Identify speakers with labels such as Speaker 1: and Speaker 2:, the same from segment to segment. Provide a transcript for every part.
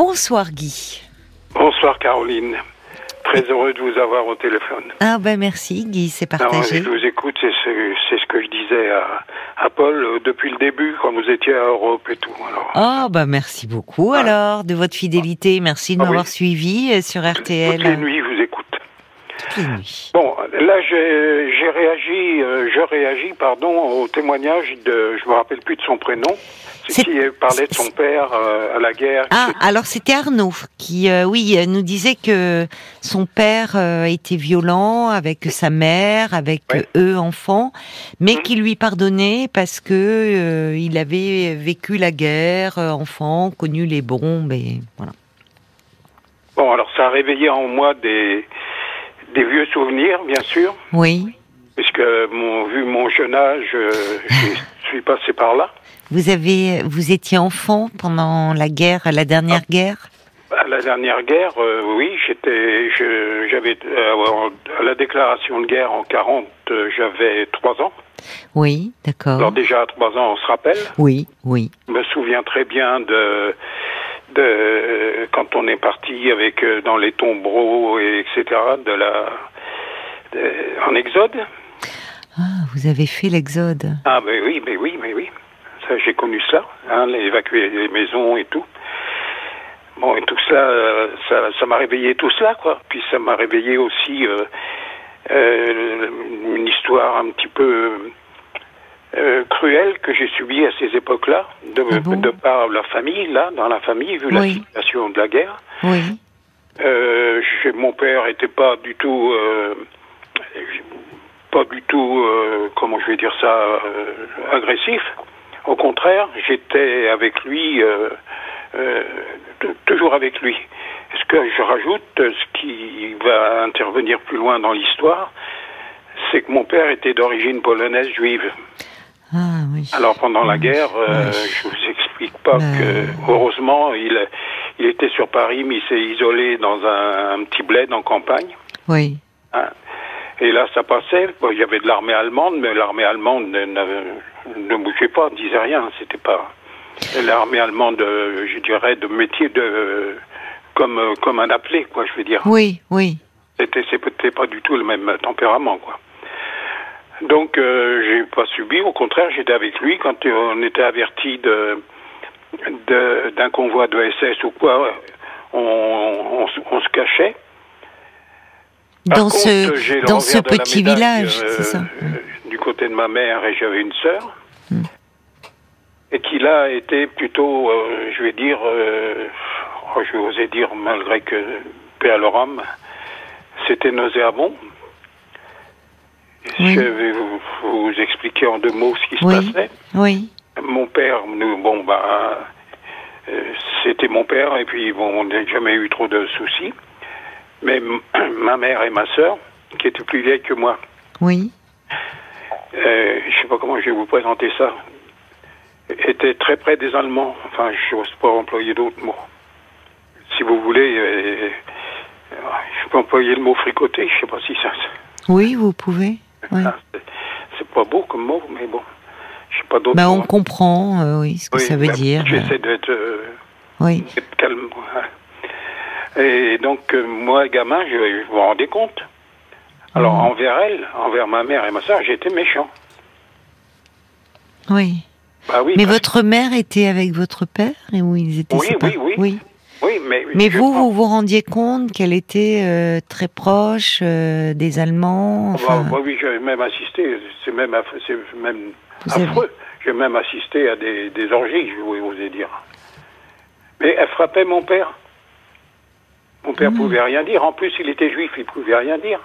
Speaker 1: Bonsoir Guy.
Speaker 2: Bonsoir Caroline. Très heureux de vous avoir au téléphone.
Speaker 1: Ah ben merci Guy, c'est
Speaker 2: Non,
Speaker 1: partagé.
Speaker 2: je vous écoute, c'est ce, c'est ce que je disais à, à Paul euh, depuis le début, quand vous étiez à Europe et tout. Alors,
Speaker 1: Oh ben merci beaucoup
Speaker 2: Ah.
Speaker 1: alors de votre fidélité, merci de
Speaker 2: Ah
Speaker 1: m'avoir
Speaker 2: oui.
Speaker 1: suivi euh, sur RTL
Speaker 2: toutes les nuits, je vous écoute.
Speaker 1: toutes les nuits.
Speaker 2: Bon, là, j'ai j'ai réagi, euh, je réagis, pardon, au témoignage de, je me rappelle plus de son prénom,
Speaker 1: C'est-
Speaker 2: c'est qui euh, parlait de son père euh, à la guerre.
Speaker 1: Ah alors c'était Arnaud qui euh, oui euh, nous disait que son père euh, était violent avec sa mère, avec
Speaker 2: Ouais.
Speaker 1: euh, eux enfants, mais
Speaker 2: Mhm.
Speaker 1: qui lui pardonnait parce que euh, il avait vécu la guerre euh, enfant, connu les bombes et voilà.
Speaker 2: Bon, alors ça a réveillé en moi des, des vieux souvenirs, bien sûr,
Speaker 1: Oui.
Speaker 2: puisque mon, vu mon jeune âge, euh, je suis passé par là.
Speaker 1: Vous avez, vous étiez enfant pendant la guerre, la dernière
Speaker 2: Ah.
Speaker 1: guerre.
Speaker 2: À Bah, la dernière guerre, euh, oui, j'étais, je- j'avais euh, en- à la déclaration de guerre en 40, euh, j'avais trois ans.
Speaker 1: Oui,
Speaker 2: Alors
Speaker 1: d'accord.
Speaker 2: déjà à trois ans, on se rappelle.
Speaker 1: Oui, oui.
Speaker 2: Je me souviens très bien de de quand on est parti avec euh, dans les tombereaux et etc. de la de- en exode.
Speaker 1: Ah, vous avez fait l'exode.
Speaker 2: Ah mais oui, mais oui, mais oui. Ça, j'ai connu ça, hein, les- évacuer les maisons et tout. Bon, et tout ça, euh, ça, ça m'a réveillé tout cela, quoi. Puis ça m'a réveillé aussi euh, euh, une histoire un petit peu euh, cruelle que j'ai subie à ces époques-là, de,
Speaker 1: Ah bon
Speaker 2: de par la famille, là, dans la famille, vu la
Speaker 1: Oui.
Speaker 2: situation de la guerre.
Speaker 1: Oui.
Speaker 2: Euh, je- mon père était pas du tout, euh, pas du tout, euh, comment je vais dire ça, euh, agressif. Au contraire, j'étais avec lui, euh, euh, t- toujours avec lui. Ce que je rajoute, euh, ce qui va intervenir plus loin dans l'histoire, c'est que mon père était d'origine polonaise juive.
Speaker 1: Ah oui.
Speaker 2: Alors pendant la
Speaker 1: Oui.
Speaker 2: guerre, euh,
Speaker 1: Oui.
Speaker 2: je vous explique pas
Speaker 1: Mais-
Speaker 2: que heureusement il il était sur Paris, mais il s'est isolé dans un, un petit bled en campagne.
Speaker 1: Oui.
Speaker 2: hein. Et là, ça passait. Bon, il y avait de l'armée allemande, mais l'armée allemande ne, ne- ne bougeait pas, ne disait rien. C'était pas l'armée allemande, euh, je dirais, de métier de comme euh, comme un appelé, quoi. Je veux dire.
Speaker 1: Oui, oui.
Speaker 2: C'était c'était pas du tout le même tempérament quoi. Donc euh, j'ai pas subi, au contraire j'étais avec lui quand euh, on était averti de de- d'un convoi de SS ou quoi, on, on se- on se cachait. Par
Speaker 1: Dans
Speaker 2: contre, j'ai
Speaker 1: ce,
Speaker 2: le
Speaker 1: dans
Speaker 2: revers
Speaker 1: ce
Speaker 2: de la
Speaker 1: petit
Speaker 2: médaille,
Speaker 1: village,
Speaker 2: euh,
Speaker 1: c'est ça.
Speaker 2: euh, Du côté de ma mère et j'avais une sœur.
Speaker 1: Hmm.
Speaker 2: Et qui là était plutôt, euh, je vais dire, euh, oh, je vais oser dire malgré que paix à leur âme, c'était nauséabond.
Speaker 1: Oui.
Speaker 2: Je vais vous, vous expliquer en deux mots ce qui se
Speaker 1: Oui.
Speaker 2: passait.
Speaker 1: Oui.
Speaker 2: Mon père, nous, bon bah, euh, c'était mon père et puis bon, on n'a jamais eu trop de soucis. Mais m- ma mère et ma sœur, qui étaient plus vieilles que moi,
Speaker 1: Oui.
Speaker 2: euh, je sais pas comment je vais vous présenter ça, étaient très près des Allemands. Enfin, je n'ose pas employer d'autres mots. Si vous voulez, euh, euh, je peux employer le mot fricoter. Je sais pas si ça,
Speaker 1: Oui, vous pouvez. Oui.
Speaker 2: ça, c'est- c'est pas beau comme mot, mais bon, je sais pas d'autres.
Speaker 1: Bah,
Speaker 2: mots.
Speaker 1: on comprend, euh, oui, ce que
Speaker 2: Oui,
Speaker 1: ça veut
Speaker 2: bah,
Speaker 1: dire.
Speaker 2: J'essaie d'être. euh,
Speaker 1: Oui.
Speaker 2: Être calme. ouais. Et donc, euh, moi, gamin, je, je me rendais compte. Alors,
Speaker 1: Mhm.
Speaker 2: envers elle, envers ma mère et ma soeur, j'étais méchant.
Speaker 1: Oui.
Speaker 2: Bah oui.
Speaker 1: Mais
Speaker 2: parce-
Speaker 1: votre mère était avec votre père et où ils étaient
Speaker 2: Oui, oui,
Speaker 1: séparés
Speaker 2: oui. Oui, mais.
Speaker 1: Mais
Speaker 2: je
Speaker 1: vous,
Speaker 2: pense-
Speaker 1: vous vous rendiez compte qu'elle était euh, très proche euh, des Allemands.
Speaker 2: Bah,
Speaker 1: Enfin,
Speaker 2: bah oui, j'ai même assisté. C'est même, aff- c'est même
Speaker 1: Vous avez-
Speaker 2: affreux. J'ai même assisté à des, des orgies, je voulais oser dire. Mais elle frappait mon père. Mon père
Speaker 1: Mm.
Speaker 2: pouvait rien dire. En plus, il était juif, il pouvait rien dire.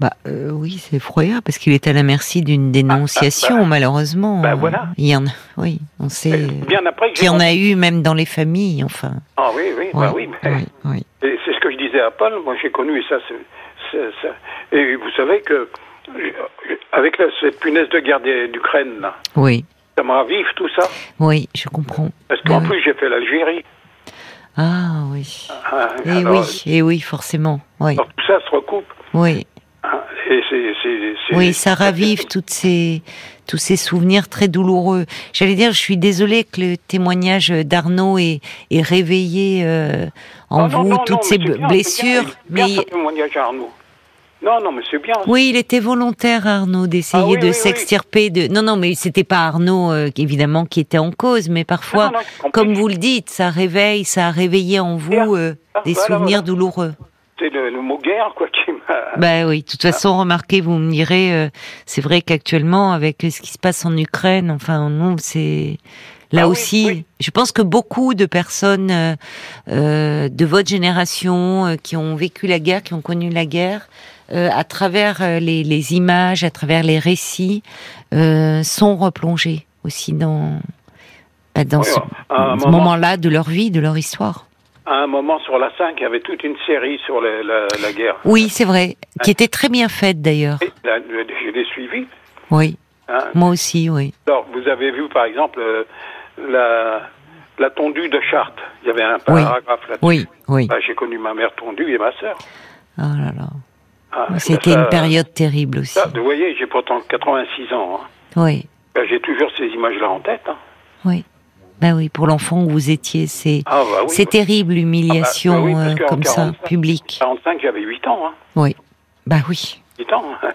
Speaker 1: bah, euh, oui, c'est effroyable parce qu'il est à la merci d'une dénonciation,
Speaker 2: Ah, bah,
Speaker 1: malheureusement.
Speaker 2: bah, voilà. Bah,
Speaker 1: Il y en a, oui, on sait
Speaker 2: Bien après que j'ai
Speaker 1: qu'il y en a eu même dans les familles, enfin.
Speaker 2: Ah oui, oui, bah oui. mais-
Speaker 1: oui, oui.
Speaker 2: Et c'est ce que je disais à Paul, moi j'ai connu et ça, c'est, c'est- ça. Et vous savez que, je- avec la, cette punaise de guerre des- d'Ukraine, là,
Speaker 1: Oui,
Speaker 2: ça me ravive tout ça,
Speaker 1: oui, je comprends.
Speaker 2: parce qu'en
Speaker 1: Ah oui.
Speaker 2: plus j'ai fait l'Algérie.
Speaker 1: Ah oui.
Speaker 2: hein,
Speaker 1: Et
Speaker 2: alors, oh,
Speaker 1: oui, et oui, forcément. Oui,
Speaker 2: alors, tout ça se recoupe.
Speaker 1: oui,
Speaker 2: hein, et c'est- c'est- c'est- c'est-
Speaker 1: Oui, ça ravive toutes ces, tous ces souvenirs très douloureux. J'allais dire, je suis désolée que le témoignage d'Arnaud ait, ait réveillé euh, en
Speaker 2: Non, non,
Speaker 1: vous
Speaker 2: non, non,
Speaker 1: toutes ces
Speaker 2: mais c'est bien,
Speaker 1: blessures.
Speaker 2: c'est bien, c'est bien
Speaker 1: mais
Speaker 2: ce témoignage à Arnaud. Non, non, mais c'est bien.
Speaker 1: oui, il était volontaire, Arnaud, d'essayer
Speaker 2: Ah oui,
Speaker 1: de
Speaker 2: oui, oui.
Speaker 1: s'extirper de. Non, non, mais c'était pas Arnaud, euh, qui- évidemment, qui était en cause, mais parfois,
Speaker 2: Non, non, j'ai compris.
Speaker 1: comme vous le dites, ça réveille, ça a réveillé en vous euh,
Speaker 2: Ah,
Speaker 1: des
Speaker 2: voilà,
Speaker 1: souvenirs
Speaker 2: voilà.
Speaker 1: douloureux.
Speaker 2: C'est le, le mot guerre, quoi, qui m'a.
Speaker 1: Ben oui, de toute
Speaker 2: Ah.
Speaker 1: façon, remarquez, vous me direz, euh, c'est vrai qu'actuellement, avec euh, ce qui se passe en Ukraine, enfin, non, c'est là
Speaker 2: Ah oui,
Speaker 1: aussi.
Speaker 2: oui.
Speaker 1: Je pense que beaucoup de personnes euh, euh, de votre génération euh, qui ont vécu la guerre, qui ont connu la guerre, euh, à travers euh, les, les images, à travers les récits, euh, sont replongées aussi dans bah, dans
Speaker 2: Oui,
Speaker 1: ce,
Speaker 2: à un
Speaker 1: ce
Speaker 2: moment-
Speaker 1: moment-là de leur vie, de leur histoire.
Speaker 2: À un moment sur la 5, il y avait toute une série sur la, la- la guerre.
Speaker 1: Oui, c'est vrai, qui était très bien faite d'ailleurs.
Speaker 2: Et là, je l'ai suivi.
Speaker 1: Oui,
Speaker 2: hein.
Speaker 1: moi aussi, oui.
Speaker 2: Alors, vous avez vu, par exemple, euh, la, la tondue de Chartres. Il y avait un paragraphe là-dessus.
Speaker 1: Oui, oui.
Speaker 2: Bah, J'ai connu ma mère tondue et ma sœur.
Speaker 1: Oh là là.
Speaker 2: Ah,
Speaker 1: C'était
Speaker 2: ça-
Speaker 1: une période terrible aussi.
Speaker 2: ça, vous voyez, j'ai pourtant 86 ans. hein.
Speaker 1: Oui,
Speaker 2: Bah, J'ai toujours ces images-là en tête. hein.
Speaker 1: oui. Ben oui, pour l'enfant que vous étiez, c'est
Speaker 2: Ah, bah oui.
Speaker 1: c'est terrible l'humiliation
Speaker 2: Ah bah, bah oui, parce
Speaker 1: euh,
Speaker 2: qu'en
Speaker 1: comme ça,
Speaker 2: 45,
Speaker 1: publique.
Speaker 2: 45, bah, j'avais 8 ans. Hein.
Speaker 1: Oui. Bah oui.
Speaker 2: 8 ans. hein.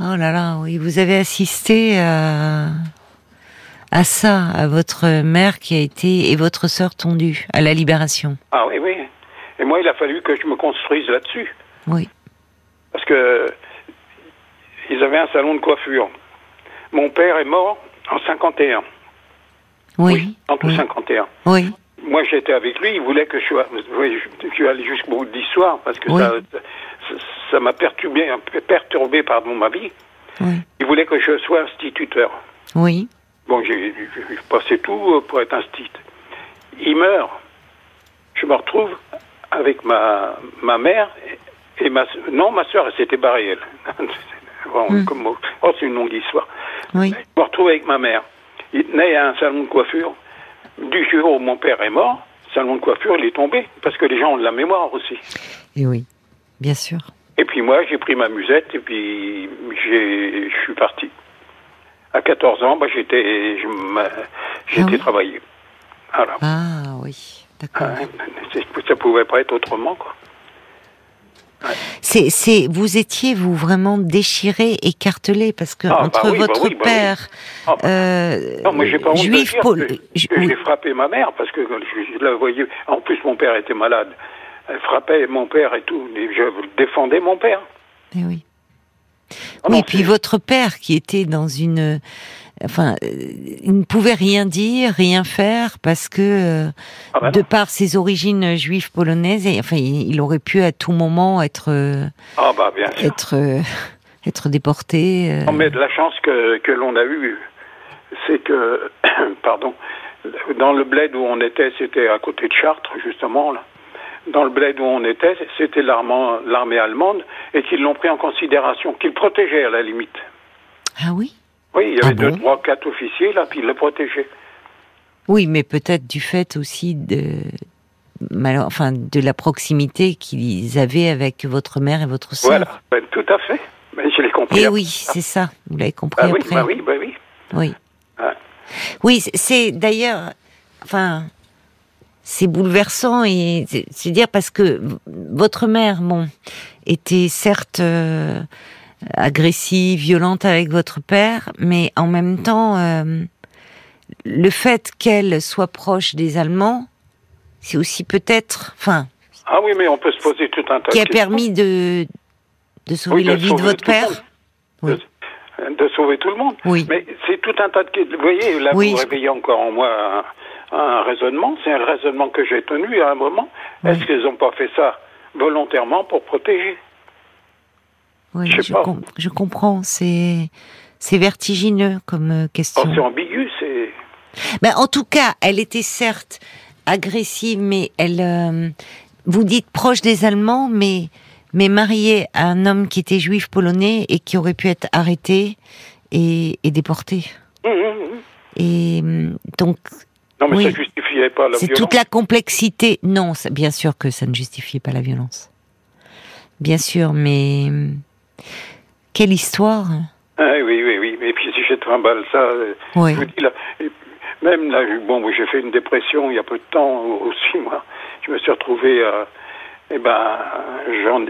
Speaker 1: Oh là là, oui, vous avez assisté à à ça, à votre mère qui a été et votre sœur tondue à la libération.
Speaker 2: Ah oui, oui. Et moi, il a fallu que je me construise là-dessus.
Speaker 1: Oui.
Speaker 2: Parce que ils avaient un salon de coiffure. Mon père est mort en 51.
Speaker 1: Oui.
Speaker 2: En tout
Speaker 1: Oui.
Speaker 2: 51.
Speaker 1: Oui.
Speaker 2: Moi, j'étais avec lui. Il voulait que je sois. oui, je- je suis allé jusqu'au bout de l'histoire parce que
Speaker 1: Oui.
Speaker 2: ça- ça- ça m'a perturbé, perturbé pardon, ma vie.
Speaker 1: Oui.
Speaker 2: Il voulait que je sois instituteur.
Speaker 1: Oui.
Speaker 2: Bon, j'ai j'ai passé tout euh, pour être instit. Il meurt. Je me retrouve avec ma, ma mère et, et ma so- non ma soeur, elle s'était barrée elle. Bon, comme mot. oh, c'est une longue histoire.
Speaker 1: Oui.
Speaker 2: Je me retrouve avec ma mère. Il tenait à un salon de coiffure. Du jour où mon père est mort, le salon de coiffure, il est tombé parce que les gens ont de la mémoire aussi.
Speaker 1: Et oui. Bien sûr.
Speaker 2: Et puis moi, j'ai pris ma musette et puis j'ai- je suis parti. À 14 ans, bah, j'étais je m'a-
Speaker 1: Ah
Speaker 2: j'étais
Speaker 1: oui.
Speaker 2: travaillé. Voilà.
Speaker 1: Ah oui. D'accord.
Speaker 2: Hein, c'est- Ça pouvait pas être autrement, quoi.
Speaker 1: C'est, c'est, vous étiez vous vraiment déchiré, écartelé, parce que
Speaker 2: Ah, bah
Speaker 1: entre
Speaker 2: oui, bah
Speaker 1: votre
Speaker 2: oui, bah oui.
Speaker 1: père,
Speaker 2: Ah, bah.
Speaker 1: euh,
Speaker 2: Non, moi j'ai pas honte de
Speaker 1: juif,
Speaker 2: dire
Speaker 1: paul- euh,
Speaker 2: que,
Speaker 1: ju-
Speaker 2: que
Speaker 1: oui.
Speaker 2: j'ai frappé ma mère parce que je, je la voyais. En plus, mon père était malade. Elle frappait mon père et tout. Et je défendais mon père.
Speaker 1: Eh oui.
Speaker 2: Ah
Speaker 1: oui,
Speaker 2: non,
Speaker 1: puis
Speaker 2: c'est-
Speaker 1: votre père qui était dans une, enfin, euh, il ne pouvait rien dire, rien faire parce que euh,
Speaker 2: Ah, bah non.
Speaker 1: de par ses origines juives polonaises, et, enfin, il, il aurait pu à tout moment être, euh,
Speaker 2: Ah bah bien sûr.
Speaker 1: être, euh, être déporté. euh.
Speaker 2: Non, mais de la chance que, que l'on a eue, c'est que, pardon, dans le bled où on était, c'était à côté de Chartres, justement, là. Dans le bled où on était, c'était l'armand- l'armée allemande et qu'ils l'ont pris en considération, qu'ils protégeaient à la limite.
Speaker 1: Ah oui.
Speaker 2: Oui, il y
Speaker 1: Ah
Speaker 2: avait deux,
Speaker 1: bon
Speaker 2: trois, quatre officiers, là, puis ils le protégeaient.
Speaker 1: Oui, mais peut-être du fait aussi de, mal- enfin, de la proximité qu'ils avaient avec votre mère et votre sœur.
Speaker 2: Voilà, Ben, tout à fait. Mais je l'ai compris.
Speaker 1: Et
Speaker 2: après.
Speaker 1: Eh oui, c'est ça. Vous l'avez compris
Speaker 2: Bah oui,
Speaker 1: après.
Speaker 2: bah oui, bah oui.
Speaker 1: Oui.
Speaker 2: Ah.
Speaker 1: Oui, c'est- c'est d'ailleurs, enfin, c'est bouleversant et c'est- c'est dire parce que v- votre mère, bon, était certes euh, agressive, violente avec votre père, mais en même temps, euh, le fait qu'elle soit proche des Allemands, c'est aussi peut-être, enfin,
Speaker 2: Ah oui, mais on peut se poser tout un tas
Speaker 1: qui
Speaker 2: de
Speaker 1: a
Speaker 2: questions.
Speaker 1: permis de de sauver
Speaker 2: Oui, de
Speaker 1: la vie de
Speaker 2: sauver
Speaker 1: votre
Speaker 2: tout le
Speaker 1: père.
Speaker 2: monde. De, de sauver tout le monde.
Speaker 1: Oui.
Speaker 2: Mais c'est tout un tas de questions. Vous voyez, là,
Speaker 1: Oui,
Speaker 2: vous
Speaker 1: je-
Speaker 2: réveillez encore en moi un, un raisonnement. C'est un raisonnement que j'ai tenu à un moment. Est-ce qu'ils n'ont pas fait ça volontairement pour protéger
Speaker 1: Oui,
Speaker 2: Je sais
Speaker 1: je,
Speaker 2: pas.
Speaker 1: com- je comprends. C'est c'est vertigineux comme euh,
Speaker 2: Oh,
Speaker 1: question.
Speaker 2: C'est ambigu, c'est...
Speaker 1: Ben, en tout cas, elle était certes agressive, mais elle, euh, vous dites proche des Allemands, mais mais mariée à un homme qui était juif polonais et qui aurait pu être arrêté et, et déporté.
Speaker 2: Hum, hum, hum.
Speaker 1: Et hum, donc
Speaker 2: Non, mais
Speaker 1: Oui.
Speaker 2: ça ne justifiait pas la
Speaker 1: c'est
Speaker 2: violence.
Speaker 1: toute la complexité. Non, ça- bien sûr que ça ne justifiait pas la violence. bien sûr, mais hum, quelle histoire hein.
Speaker 2: Ah, oui, oui, oui. Et puis si je trimballe ça, euh,
Speaker 1: Oui.
Speaker 2: je vous dis, là, et- même là, je- bon, j'ai fait une dépression il y a peu de temps aussi, moi. Je me suis retrouvé, euh, eh ben, j'en,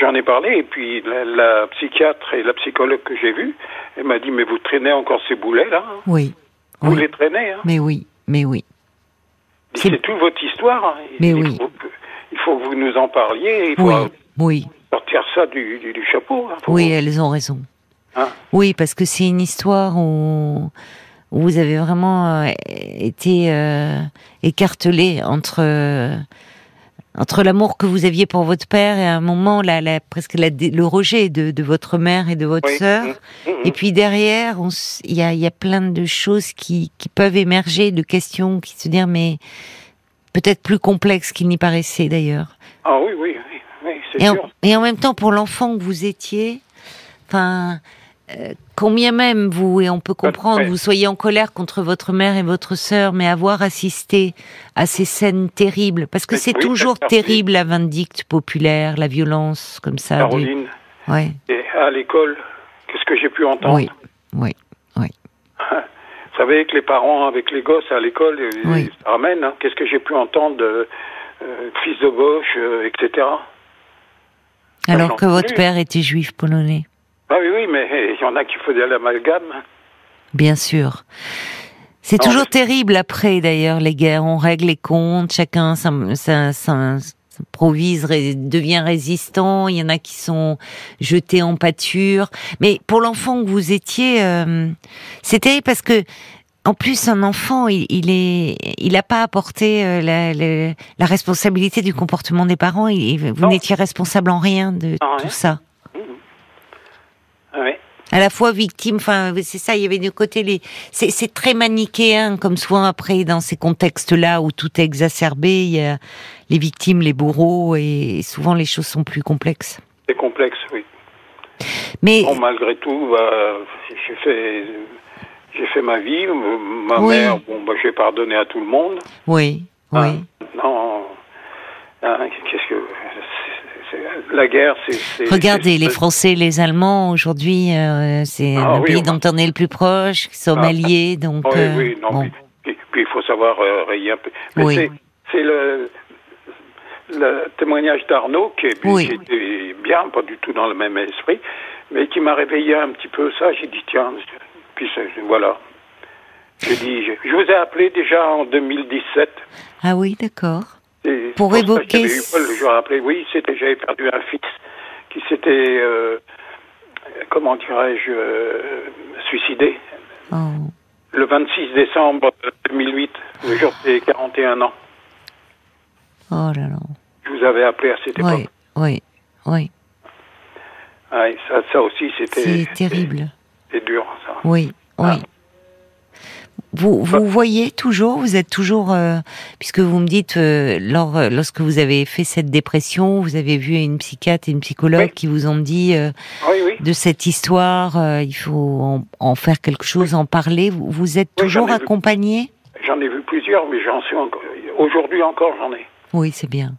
Speaker 2: j'en ai parlé, et puis la, la psychiatre et la psychologue que j'ai vue, elle m'a dit, mais vous traînez encore ces boulets, là hein
Speaker 1: Oui.
Speaker 2: Vous
Speaker 1: oui.
Speaker 2: les traînez, hein
Speaker 1: Mais oui, mais oui.
Speaker 2: C'est
Speaker 1: C'est-
Speaker 2: toute votre histoire. hein. Il-
Speaker 1: Mais
Speaker 2: il,
Speaker 1: oui.
Speaker 2: faut que, il faut que vous nous en parliez, il faut
Speaker 1: Oui, oui,
Speaker 2: sortir ça du, du, du chapeau. hein, faut-
Speaker 1: oui, elles ont raison.
Speaker 2: hein.
Speaker 1: Oui, parce que c'est une histoire où, où vous avez vraiment euh, été euh, écartelé entre euh, entre l'amour que vous aviez pour votre père et à un moment la, la- presque la dé- le rejet de, de votre mère et de votre
Speaker 2: Oui.
Speaker 1: sœur.
Speaker 2: Mhm. Mhm.
Speaker 1: Et puis derrière, on s- il y a, il y a plein de choses qui, qui peuvent émerger, de questions qui se dire mais peut-être plus complexes qu'il n'y paraissait d'ailleurs.
Speaker 2: Ah oui, oui, oui, oui, c'est
Speaker 1: Et en,
Speaker 2: sûr.
Speaker 1: et en même temps, pour l'enfant que vous étiez, enfin, euh, combien même vous, et on peut comprendre,
Speaker 2: Ouais.
Speaker 1: vous soyez en colère contre votre mère et votre sœur, mais avoir assisté à ces scènes terribles, parce que
Speaker 2: Oui,
Speaker 1: c'est
Speaker 2: oui,
Speaker 1: toujours
Speaker 2: ça, ça,
Speaker 1: terrible la vindicte populaire, la violence comme ça. du-
Speaker 2: Caroline,
Speaker 1: Ouais,
Speaker 2: et à l'école, qu'est-ce que j'ai pu entendre
Speaker 1: oui, oui, oui,
Speaker 2: Vous savez, avec les parents, avec les gosses à l'école, euh,
Speaker 1: Oui.
Speaker 2: ça ramène. hein. Qu'est-ce que j'ai pu entendre de euh, fils de gauche, euh, etc.
Speaker 1: Alors
Speaker 2: j'en
Speaker 1: que votre
Speaker 2: peux.
Speaker 1: père était juif polonais,
Speaker 2: Ah oui, oui, mais eh, il y en a qui faisaient l'amalgame. hein.
Speaker 1: bien sûr. C'est
Speaker 2: Non,
Speaker 1: toujours
Speaker 2: mais-
Speaker 1: terrible après, d'ailleurs, les guerres. On règle les comptes, chacun s'im- s'im- s'im- s'improvise, ré- devient résistant. Il y en a qui sont jetés en pâture. Mais pour l'enfant que vous étiez, euh, c'est terrible parce que, en plus, un enfant, il, il est, il n'a pas apporté euh, la, le- la responsabilité du comportement des parents. Il- il- vous
Speaker 2: Non.
Speaker 1: n'étiez responsable en rien de
Speaker 2: En
Speaker 1: tout
Speaker 2: rien.
Speaker 1: ça.
Speaker 2: Ah oui.
Speaker 1: à la fois victime, enfin c'est ça, il y avait du côté les, c'est, c'est très manichéen comme souvent après dans ces contextes-là où tout est exacerbé, il y a les victimes, les bourreaux et souvent les choses sont plus complexes.
Speaker 2: C'est complexe, oui.
Speaker 1: Mais
Speaker 2: Bon, malgré tout, bah, j'ai fait, j'ai fait ma vie. Ma
Speaker 1: Oui.
Speaker 2: mère, bon, bah, j'ai pardonné à tout le monde.
Speaker 1: oui, oui,
Speaker 2: Hein, non. hein, Qu'est-ce que. c'est- c'est- la guerre, c'est. c'est-
Speaker 1: regardez
Speaker 2: c'est-
Speaker 1: les Français, les Allemands aujourd'hui, euh, c'est
Speaker 2: Ah
Speaker 1: le
Speaker 2: oui,
Speaker 1: pays
Speaker 2: on va-
Speaker 1: dont on est le plus proche, qui sommes
Speaker 2: Ah.
Speaker 1: alliés, donc
Speaker 2: Oui,
Speaker 1: euh,
Speaker 2: oui, non,
Speaker 1: bon.
Speaker 2: puis- puis puis il faut savoir euh, rayer un peu. Mais
Speaker 1: Oui.
Speaker 2: c'est- c'est le, le témoignage d'Arnaud qui, est-
Speaker 1: Oui.
Speaker 2: qui était bien, pas du tout dans le même esprit, mais qui m'a réveillé un petit peu ça. J'ai dit, tiens, puis c'est- voilà. J'ai dit, je, je vous ai appelé déjà en 2017.
Speaker 1: ah oui, d'accord,
Speaker 2: Et
Speaker 1: Pour
Speaker 2: c'est ça que
Speaker 1: évoquer
Speaker 2: j'avais eu Paul, je l'ai rappelé, oui, c'était, j'avais perdu un fils qui s'était, euh, comment dirais-je, euh, suicidé
Speaker 1: Oh,
Speaker 2: le 26 décembre 2008, le jour des 41 ans.
Speaker 1: oh là là,
Speaker 2: Je vous avais appelé à cette époque.
Speaker 1: oui, oui, oui,
Speaker 2: Ouais, ça, ça aussi, c'était
Speaker 1: c'est
Speaker 2: c'était-
Speaker 1: terrible.
Speaker 2: c'était dur. Ça.
Speaker 1: Oui, oui.
Speaker 2: Ah. Bah.
Speaker 1: Vous, vous voyez toujours, vous êtes toujours, euh, puisque vous me dites, euh, lors, euh, lorsque vous avez fait cette dépression, vous avez vu une psychiatre et une psychologue
Speaker 2: Oui.
Speaker 1: qui vous ont dit euh,
Speaker 2: Oui, oui.
Speaker 1: de cette histoire, euh, il faut en, en faire quelque chose, en parler. Vous, vous êtes
Speaker 2: Oui,
Speaker 1: toujours
Speaker 2: j'en ai vu.
Speaker 1: accompagné
Speaker 2: J'en ai vu plusieurs, mais j'en suis encore. Aujourd'hui encore, j'en ai.
Speaker 1: Oui, c'est bien.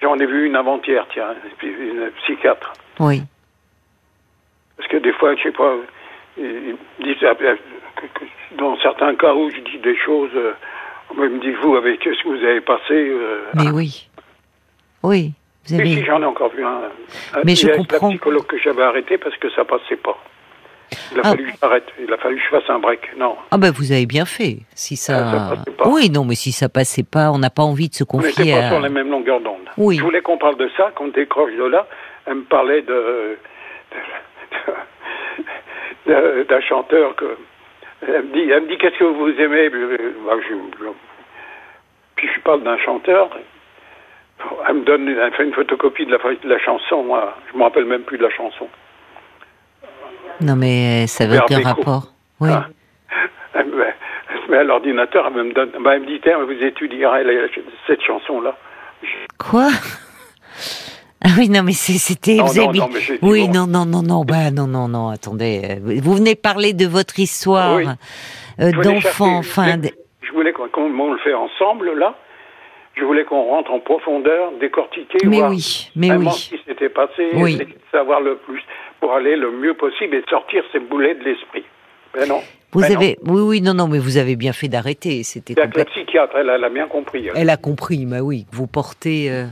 Speaker 2: J'en ai vu une avant-hier, tiens, une psychiatre.
Speaker 1: Oui,
Speaker 2: Parce que des fois, je sais pas, ils ils disent, ah, ben, que- que- dans certains cas où je dis des choses, euh, on me dit, vous, avec ce que vous avez passé. euh,
Speaker 1: mais oui, oui. Vous
Speaker 2: Oui, si,
Speaker 1: avez.
Speaker 2: j'en ai encore vu un. un-
Speaker 1: Mais je
Speaker 2: et avec
Speaker 1: comprends.
Speaker 2: La psychologue que j'avais arrêté parce que ça passait pas. Il a
Speaker 1: Ah.
Speaker 2: fallu que j'arrête. Il a fallu que je fasse un break. Non.
Speaker 1: Ah ben vous avez bien fait. Si
Speaker 2: Ah, ça
Speaker 1: ça.
Speaker 2: passait pas.
Speaker 1: Oui, non, mais si ça passait pas, on n'a pas envie de se
Speaker 2: On n'était
Speaker 1: confier
Speaker 2: pas sur
Speaker 1: à.
Speaker 2: la même longueur d'onde.
Speaker 1: euh, Oui.
Speaker 2: Je voulais qu'on parle de ça, qu'on décroche de là. Elle me parlait de, de- de- d'un chanteur que. Elle me dit, elle me dit qu'est-ce que vous aimez Euh, bah, je- je- Puis je parle d'un chanteur. Elle me donne, elle fait une photocopie de la, de la chanson. moi. Je me rappelle même plus de la chanson.
Speaker 1: Non, mais euh, ça veut
Speaker 2: Vers
Speaker 1: aucun
Speaker 2: Bécaud.
Speaker 1: rapport. Oui.
Speaker 2: Ah. Elle me, elle se met à l'ordinateur, elle me, donne, bah, elle me dit, tiens, vous étudierez la- cette chanson-là.
Speaker 1: Quoi Ah oui, non, mais c'est- c'était.
Speaker 2: Non,
Speaker 1: vous avez
Speaker 2: non,
Speaker 1: mis-
Speaker 2: non, mais j'ai dit
Speaker 1: oui,
Speaker 2: bon.
Speaker 1: non, non, non, non, bah, non, non, non, attendez. euh, Vous venez parler de votre histoire
Speaker 2: Oui.
Speaker 1: euh,
Speaker 2: Je voulais chercher-
Speaker 1: d'enfant,
Speaker 2: je voulais-
Speaker 1: enfin. de-
Speaker 2: Je voulais qu'on qu'on- on le fait ensemble, là. Je voulais qu'on rentre en profondeur, décortiquer,
Speaker 1: Mais
Speaker 2: voir
Speaker 1: oui, mais
Speaker 2: vraiment
Speaker 1: oui.
Speaker 2: ce qui s'était passé,
Speaker 1: Oui.
Speaker 2: essayer de savoir le plus pour aller le mieux possible et sortir ces boulets de l'esprit. Mais non.
Speaker 1: Vous
Speaker 2: mais non.
Speaker 1: avez, oui, oui, non, non, mais vous avez bien fait d'arrêter. C'était
Speaker 2: C'est-à-dire que
Speaker 1: complètement.
Speaker 2: la psychiatre, elle, elle a bien compris. hein. elle.
Speaker 1: Elle a compris, bah oui, que vous portez euh,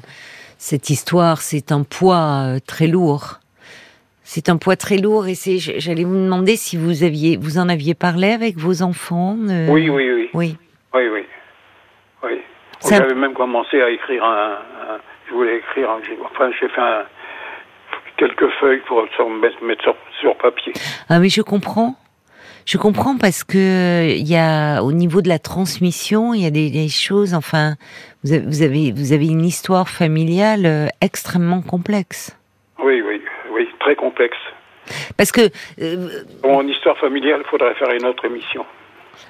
Speaker 1: cette histoire, c'est un poids euh, très lourd. C'est un poids très lourd et c'est, j- j'allais vous demander si vous aviez, vous en aviez parlé avec vos enfants. euh,
Speaker 2: Oui, oui, oui.
Speaker 1: Oui.
Speaker 2: Oui, oui. Oui.
Speaker 1: Ça-
Speaker 2: J'avais même commencé à écrire un. un- je voulais écrire. un- j'ai- Enfin, j'ai fait un- quelques feuilles pour sur- mettre, mettre sur, sur papier.
Speaker 1: Ah mais je comprends. Je comprends parce que euh, il y a au niveau de la transmission, il y a des, des choses. Enfin, vous avez, vous avez, vous avez une histoire familiale euh, extrêmement complexe.
Speaker 2: Oui, oui, oui. Très complexe.
Speaker 1: Parce que euh,
Speaker 2: Bon, en histoire familiale, il faudrait faire une autre émission.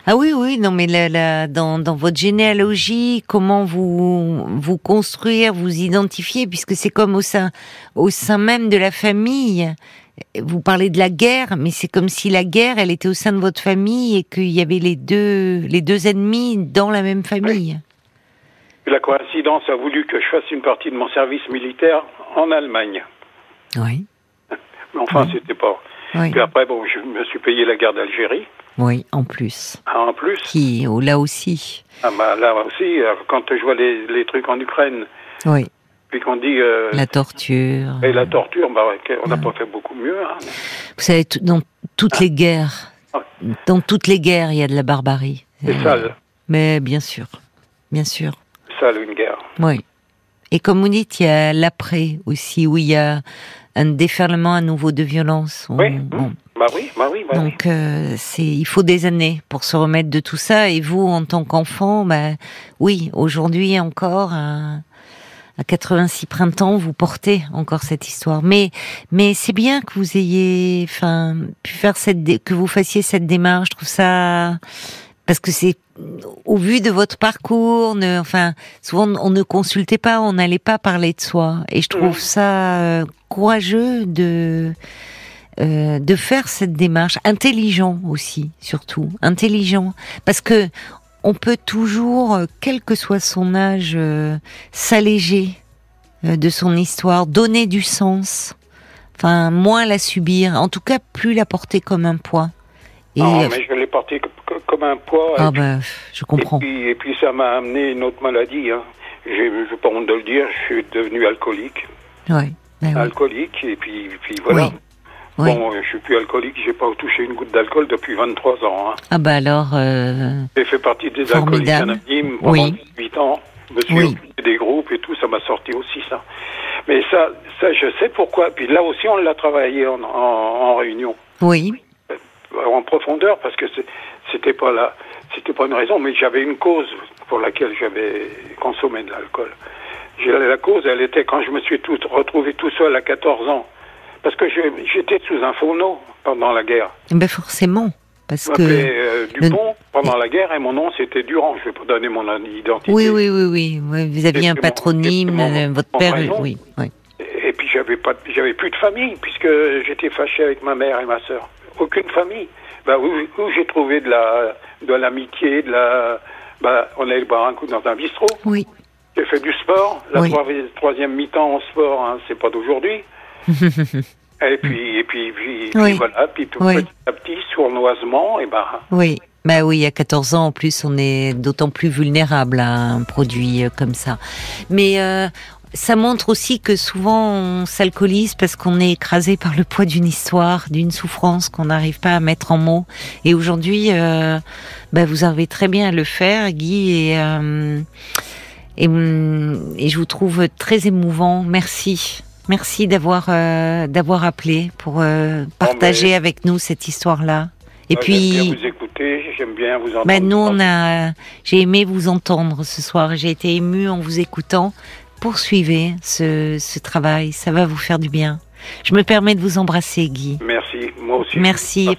Speaker 1: Ah oui, oui, non, mais la- la- dans, dans votre généalogie, comment vous vous construire, vous identifier, puisque c'est comme au sein, au sein même de la famille. Vous parlez de la guerre, mais c'est comme si la guerre, elle était au sein de votre famille et qu'il y avait les deux, les deux ennemis dans la même famille.
Speaker 2: La coïncidence a voulu que je fasse une partie de mon service militaire en Allemagne.
Speaker 1: Oui,
Speaker 2: Mais enfin,
Speaker 1: Oui.
Speaker 2: c'était pas.
Speaker 1: oui,
Speaker 2: Puis après, bon, je me suis payé la guerre d'Algérie.
Speaker 1: oui, en plus.
Speaker 2: Ah, En plus,
Speaker 1: Qui, oh, là aussi.
Speaker 2: ah bah, là aussi, euh, quand je vois les, les trucs en Ukraine,
Speaker 1: Oui,
Speaker 2: puis qu'on dit euh,
Speaker 1: la torture.
Speaker 2: Et la torture, bah, ouais, on n'a
Speaker 1: Ouais.
Speaker 2: pas fait beaucoup mieux. hein.
Speaker 1: Vous savez, tout- dans toutes les guerres,
Speaker 2: Ah.
Speaker 1: dans toutes les guerres, il y a de la barbarie.
Speaker 2: C'est
Speaker 1: Euh,
Speaker 2: sale,
Speaker 1: Mais bien sûr, bien sûr,
Speaker 2: sale une guerre.
Speaker 1: oui. Et comme vous dites, il y a l'après aussi, où il y a un déferlement à nouveau de violence. On-
Speaker 2: Oui,
Speaker 1: on-
Speaker 2: bah oui, bah oui, bah oui.
Speaker 1: donc euh, c'est, il faut des années pour se remettre de tout ça. Et vous, en tant qu'enfant, bah, oui, aujourd'hui encore, à, à 86 printemps, vous portez encore cette histoire. Mais, mais c'est bien que vous ayez, enfin, pu faire cette, dé- que vous fassiez cette démarche. Je trouve ça parce que c'est au vu de votre parcours, ne, enfin, souvent on ne consultait pas, on n'allait pas parler de soi. Et je trouve
Speaker 2: Mhm.
Speaker 1: ça euh, courageux de euh, de faire cette démarche, intelligent aussi, surtout intelligent, parce que on peut toujours, euh, quel que soit son âge, euh, s'alléger euh, de son histoire, donner du sens, enfin moins la subir, en tout cas plus la porter comme un poids. Et
Speaker 2: Non, Ah, mais je l'ai porté co- co- comme un poids.
Speaker 1: ah
Speaker 2: et,
Speaker 1: bah, pff, je
Speaker 2: puis- et
Speaker 1: comprends.
Speaker 2: puis, et puis ça m'a amené une autre maladie. Hein. J'ai j'ai pas honte de le dire, je suis devenu alcoolique.
Speaker 1: Ouais, ben oui.
Speaker 2: Alcoolique, et puis, puis voilà.
Speaker 1: Oui, oui.
Speaker 2: Bon, euh, je suis plus alcoolique, j'ai pas touché une goutte d'alcool depuis 23 ans. Hein.
Speaker 1: Ah bah alors, euh,
Speaker 2: J'ai fait partie des alcooliques
Speaker 1: Formidable.
Speaker 2: anonymes pendant
Speaker 1: Oui.
Speaker 2: 18 ans. Je me suis
Speaker 1: Oui.
Speaker 2: occupé des groupes et tout, ça m'a sorti aussi ça. Mais ça, ça je sais pourquoi. Puis là aussi, on l'a travaillé en, en- en réunion, euh,
Speaker 1: oui,
Speaker 2: en profondeur, parce que c'est- c'était pas là, c'était pas une raison, mais j'avais une cause pour laquelle j'avais consommé de l'alcool. J'ai- La cause, elle était quand je me suis tout, retrouvé tout seul à 14 ans, parce que je- j'étais sous un fourneau pendant la guerre.
Speaker 1: ben forcément, parce
Speaker 2: Je m'appelais
Speaker 1: que
Speaker 2: euh,
Speaker 1: le-
Speaker 2: Dupont pendant la guerre et mon nom c'était Durand. Je vais pas donner mon identité.
Speaker 1: oui, oui, oui, oui, oui, vous aviez un
Speaker 2: Exactement,
Speaker 1: patronyme,
Speaker 2: exactement.
Speaker 1: euh, votre
Speaker 2: En
Speaker 1: père,
Speaker 2: raison.
Speaker 1: oui, oui.
Speaker 2: Et puis j'avais pas, de- j'avais plus de famille puisque j'étais fâché avec ma mère et ma sœur. Aucune famille. Bah, où, où j'ai trouvé de la, de l'amitié, de la, bah, on allait boire un coup dans un bistrot.
Speaker 1: oui.
Speaker 2: J'ai fait du sport. La
Speaker 1: Oui.
Speaker 2: troisi- troisième mi-temps en sport, hein, c'est pas d'aujourd'hui. et puis, et puis, puis, puis
Speaker 1: Oui.
Speaker 2: voilà. Puis tout
Speaker 1: Oui.
Speaker 2: petit à petit, sournoisement, et ben,
Speaker 1: Oui, bah oui, à 14 ans en plus, on est d'autant plus vulnérable à un produit euh, comme ça. Mais euh, ça montre aussi que souvent on s'alcoolise parce qu'on est écrasé par le poids d'une histoire, d'une souffrance qu'on n'arrive pas à mettre en mots. Et aujourd'hui, euh, bah, vous arrivez très bien à le faire, Guy, et, euh, et, hum, et je vous trouve très émouvant. Merci. Merci d'avoir euh, d'avoir appelé pour euh, partager avec nous cette histoire-là. Et
Speaker 2: moi,
Speaker 1: puis,
Speaker 2: euh, j'aime bien vous écouter, j'aime bien vous entendre.
Speaker 1: ben nous, on
Speaker 2: parler.
Speaker 1: a, j'ai aimé vous entendre ce soir. J'ai été émue en vous écoutant. Poursuivez ce, ce travail, ça va vous faire du bien. Je me permets de vous embrasser, Guy.
Speaker 2: Merci, moi aussi.
Speaker 1: Merci.